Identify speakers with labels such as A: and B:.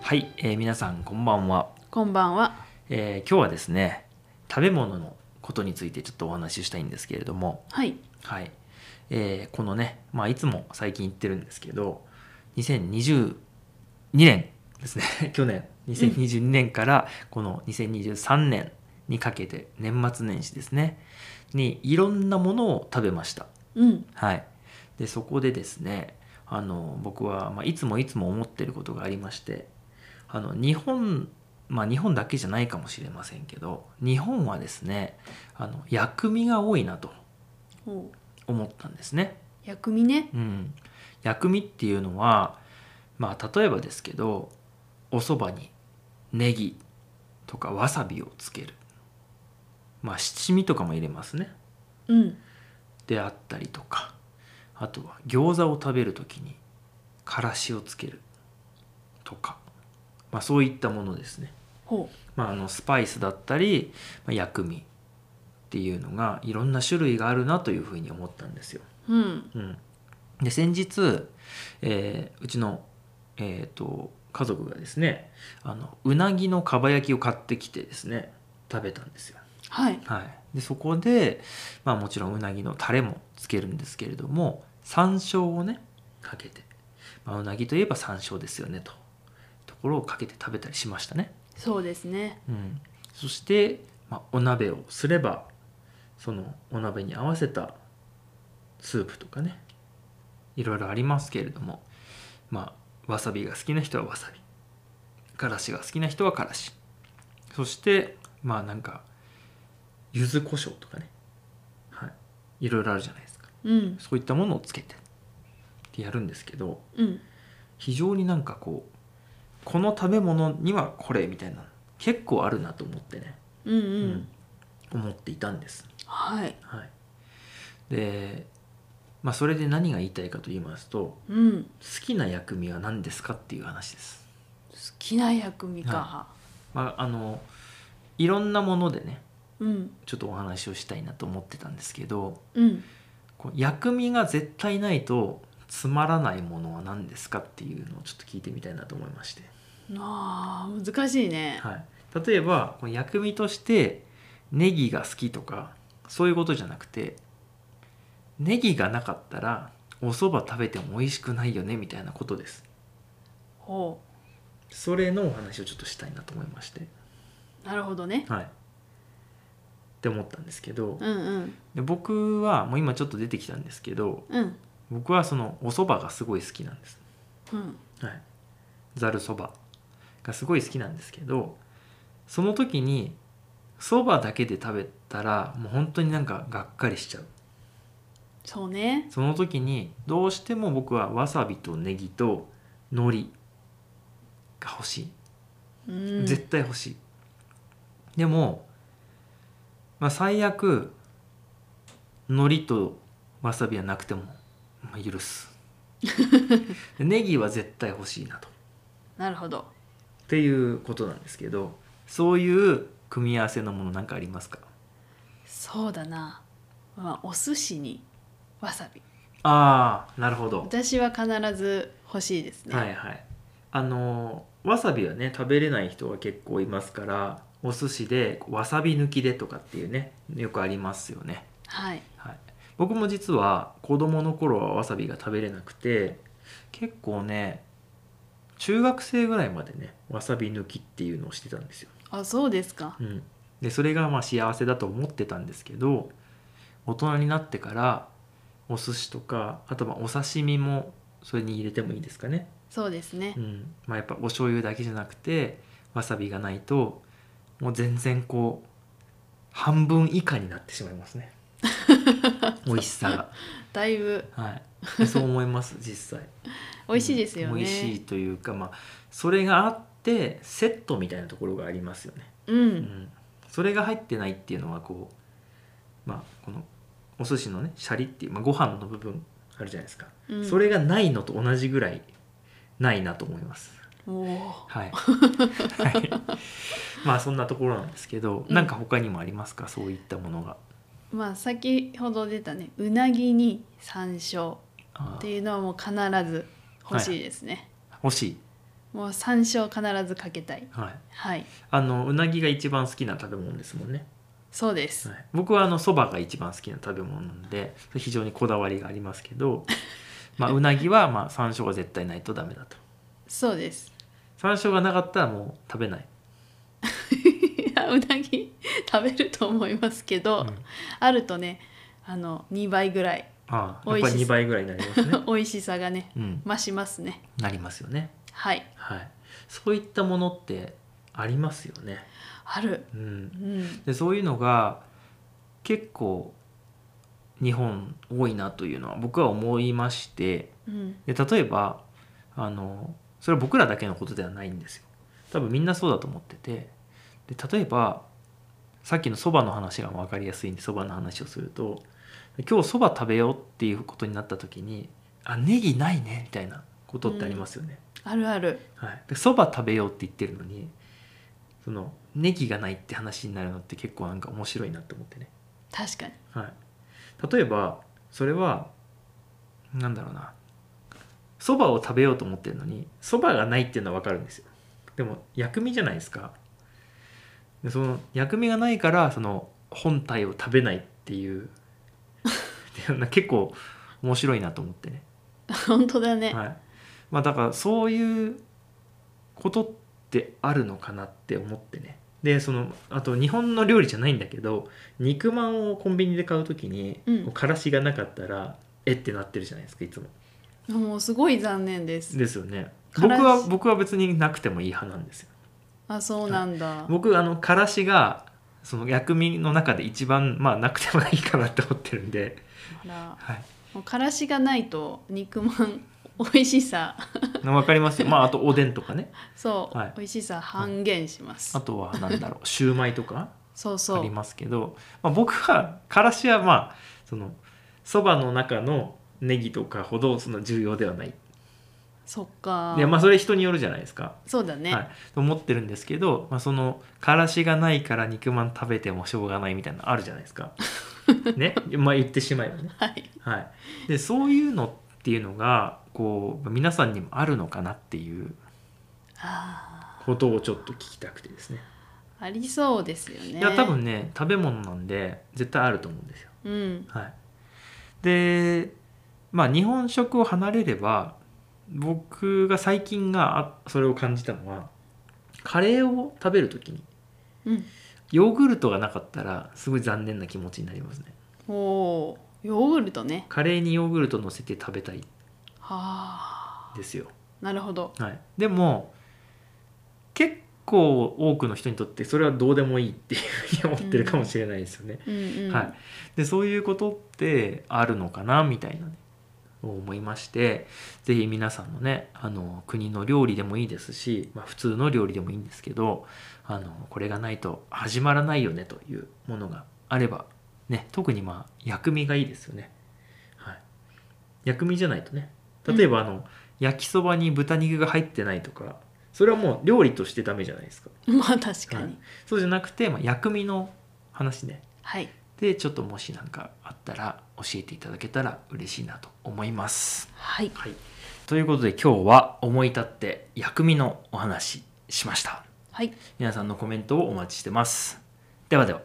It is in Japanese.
A: はい、えー皆さんこんばんは、
B: こんばんは。
A: えー今日はですね食べ物のことについてちょっとお話ししたいんですけれども
B: はい。
A: はい、えーこのねまあいつも最近言ってるんですけど2022年ですね 去年2022年からこの2023年にかけて年末年始ですねにいろんなものを食べました
B: うん。
A: はい、でそこでですねあの僕は、まあ、いつもいつも思ってることがありましてあの日本まあ日本だけじゃないかもしれませんけど日本はですねあの薬味が多いなと
B: おう
A: 思ったんですね。
B: 薬味ね。
A: うん、薬味っていうのは、まあ、例えばですけどおそばにネギとかわさびをつける、まあ、七味とかも入れますね。
B: うん。
A: であったりとかあとは餃子を食べる時にからしをつけるとか、まあ、そういったものですね、
B: ほ
A: まあ、あのスパイスだったり、まあ薬味っていうのがいろんな種類があるなというふうに思ったんですよ。
B: う。うん。
A: うん、で先日、えーうちの、えー、と家族がですねあのうなぎのかば焼きを買ってきてですね食べたんですよ。
B: はい。
A: はい、でそこで、まあ、もちろんうなぎのタレもつけるんですけれども山椒をねかけて、まあ、うなぎといえば山椒ですよねとところをかけて食べたりしましたね、
B: そうですね。
A: うん、そして、まあ、お鍋をすればそのお鍋に合わせたスープとかねいろいろありますけれどもまあわさびが好きな人はわさびからしが好きな人はからしそしてまあなんか柚子胡椒とかねはいいろいろあるじゃないですか
B: うん。
A: そういったものをつけてってやるんですけど
B: うん。
A: 非常になんかこうこの食べ物にはこれみたいな結構あるなと思ってね、
B: うん
A: う
B: うん。
A: 思っていたんです、
B: はい。
A: はい、でまあそれで何が言いたいかと言いますと
B: うん。好
A: 好きな薬味は何ですかっていう話です、
B: きな薬味か。
A: まあ、あのいろんなものでね
B: うん。
A: ちょっとお話をしたいなと思ってたんですけど
B: うん。
A: こう薬味が絶対ないとつまらないものは何ですかっていうのをちょっと聞いてみたいなと思いまして
B: ああ、難しいね。
A: はい、例えばこの薬味としてネギが好きとかそういうことじゃなくてネギがなかったらお蕎麦食べても美味しくないよねみたいなことです
B: ほ
A: それのお話をちょっとしたいなと思いまして
B: う。なるほどね。
A: はいって思ったんですけど
B: うんうん。
A: で僕はもう今ちょっと出てきたんですけど
B: うん。
A: 僕はそのお蕎麦がすごい好きなんです
B: うん。
A: はい、ざるそばがすごい好きなんですけどその時にそばだけで食べたらもう本当になんかがっかりしちゃう
B: そうね。
A: その時にどうしても僕はわさびとネギと海苔が欲しい、
B: うん。
A: 絶対欲しいでも、まあ、最悪海苔とわさびはなくても、まあ、許す でネギは絶対欲しいなと
B: なるほど。
A: っていうことなんですけどそういう組み合わせのものなんかありますか
B: そうだな。まあ、お寿司に。わさび。
A: ああなるほど、
B: 私は必ず欲しいですね。
A: はいはいあのーわさびはね食べれない人は結構いますからお寿司でこうわさび抜きでとかっていうねよくありますよね、
B: はい。
A: はい、僕も実は子供の頃はわさびが食べれなくて結構ね中学生ぐらいまでねわさび抜きっていうのをしてたんですよ
B: あ、そうですか。
A: うん、でそれがまあ幸せだと思ってたんですけど大人になってからお寿司とかあとまあお刺身もそれに入れてもいいですかね、
B: そうですね
A: う。んまあ、やっぱお醤油だけじゃなくてわさびがないともう全然こう半分以下になってしまいます ね美味しさが、
B: だいぶ
A: はいで、そう思います実際
B: 美味しいですよね。
A: うん美味しいというかまあそれがあってセットみたいなところがありますよね
B: う、
A: うんん、それが入ってないっていうのはこうまあこのお寿司のねシャリっていう、まあ、ご飯の部分あるじゃないですか、
B: うん、
A: それがないのと同じぐらいないなと思います
B: おー
A: はい、 はい、まあそんなところなんですけど、
B: うん
A: なんか他にもありますかそういったものが
B: まあ先ほど出たねうなぎに山椒
A: あ
B: って
A: ー
B: いうのはもう必ず欲しいですね。
A: 欲しい
B: もう山椒必ずかけたい
A: はい、
B: はい
A: あのうなぎが一番好きな食べ物ですもんね、
B: そうです、
A: はい、僕はあのそばが一番好きな食べ物なんで非常にこだわりがありますけ ど、まあ、うなぎはまあ山椒が絶対ないとダメだと
B: そうです
A: 山椒がなかったらもう食べない、
B: いやうなぎ食べると思いますけど、
A: うん
B: あるとねあの2倍ぐらい
A: ああ
B: 美
A: やっぱ
B: 味し
A: り
B: そう
A: 2倍ぐらいになり ますね
B: 美味しさがね
A: うん
B: 増しますね
A: なりますよね
B: はい
A: はいそういったものってありますよね
B: ある
A: うん
B: うん
A: でそういうのが結構日本多いなというのは僕は思いまして
B: うん
A: で例えばあのそれは僕らだけのことではないんですよ多分みんなそうだと思っててで例えばさっきのそばの話が分かりやすいんでそばの話をすると今日そば食べようっていうことになった時に「あネギないね」みたいなことってありますよね。
B: あるある
A: はい、でそば食べようって言ってるのにそのネギがないって話になるのって結構なんか面白いなって思ってね、
B: 確かに
A: はい、例えばそれはなんだろうなそばを食べようと思ってるのにそばがないっていうのは分かるんですよでも薬味じゃないですかでその薬味がないからその本体を食べないっていう っていうのは結構面白いなと思ってね
B: 本当だね、
A: はい、まあだからそういうことってあるのかなって思ってねでそのあと日本の料理じゃないんだけど肉まんをコンビニで買う時に、
B: うん
A: からしがなかったらえってなってるじゃないですかいつも
B: もうすごい残念です
A: ですよね
B: か
A: 僕
B: らし
A: は僕は別になくてもいい派なんですよ
B: あそうなんだ、
A: 僕あのからしがその薬味の中で一番まあなくてもいいかなって思ってるんで、
B: あら
A: はい、
B: もうからしがないと肉まん美味しさ
A: 分かりますよまああとおでんとかね
B: そう、
A: はい
B: 美味しさ半減します、
A: あとはなんだろうシューマイとか
B: そう
A: あ
B: そ
A: り
B: う
A: ますけど、まあ、僕はからしはまあそのそばの中のネギとかほどその重要ではない
B: そっか
A: いやまあそれ人によるじゃないですか、
B: そうだね、
A: はい、と思ってるんですけど、まあ、そのからしがないから肉まん食べてもしょうがないみたいなのあるじゃないです かねまあ言ってしまえばね、
B: はい
A: はい、でそういうのっていうのがこう皆さんにもあるのかなっていう
B: あ
A: ことをちょっと聞きたくてですね
B: ーありそうですよね
A: いや多分ね食べ物なんで絶対あると思うんですよ
B: うん
A: はい、でまあ日本食を離れれば僕が最近があそれを感じたのはカレーを食べる時に
B: うん
A: ヨーグルトがなかったらすごい残念な気持ちになりますね
B: おーヨーグルトね
A: カレーにヨーグルト乗せて食べたい
B: はあ
A: ですよ、
B: なるほど
A: はい、でも結構多くの人にとってそれはどうでもいいっていうふうに思ってるかもしれないですよね、
B: うんうん
A: はい、でそういうことってあるのかなみたいなね思いまして是非皆さんのねあの国の料理でもいいですし、まあ、普通の料理でもいいんですけどあのこれがないと始まらないよねというものがあれば、ね、特にまあ薬味がいいですよね、はい、薬味じゃないとね例えばあの、焼きそばに豚肉が入ってないとかそれはもう料理としてダメじゃないですか
B: まあ確か
A: はい
B: に
A: そうじゃなくて、まあ、薬味の話ね
B: はい
A: でちょっともし何かあったら教えていただけたら嬉しいなと思います。
B: はい、
A: はい、ということで今日は思い立って薬味のお話しました。
B: はい
A: 皆さんのコメントをお待ちしてます。ではでは。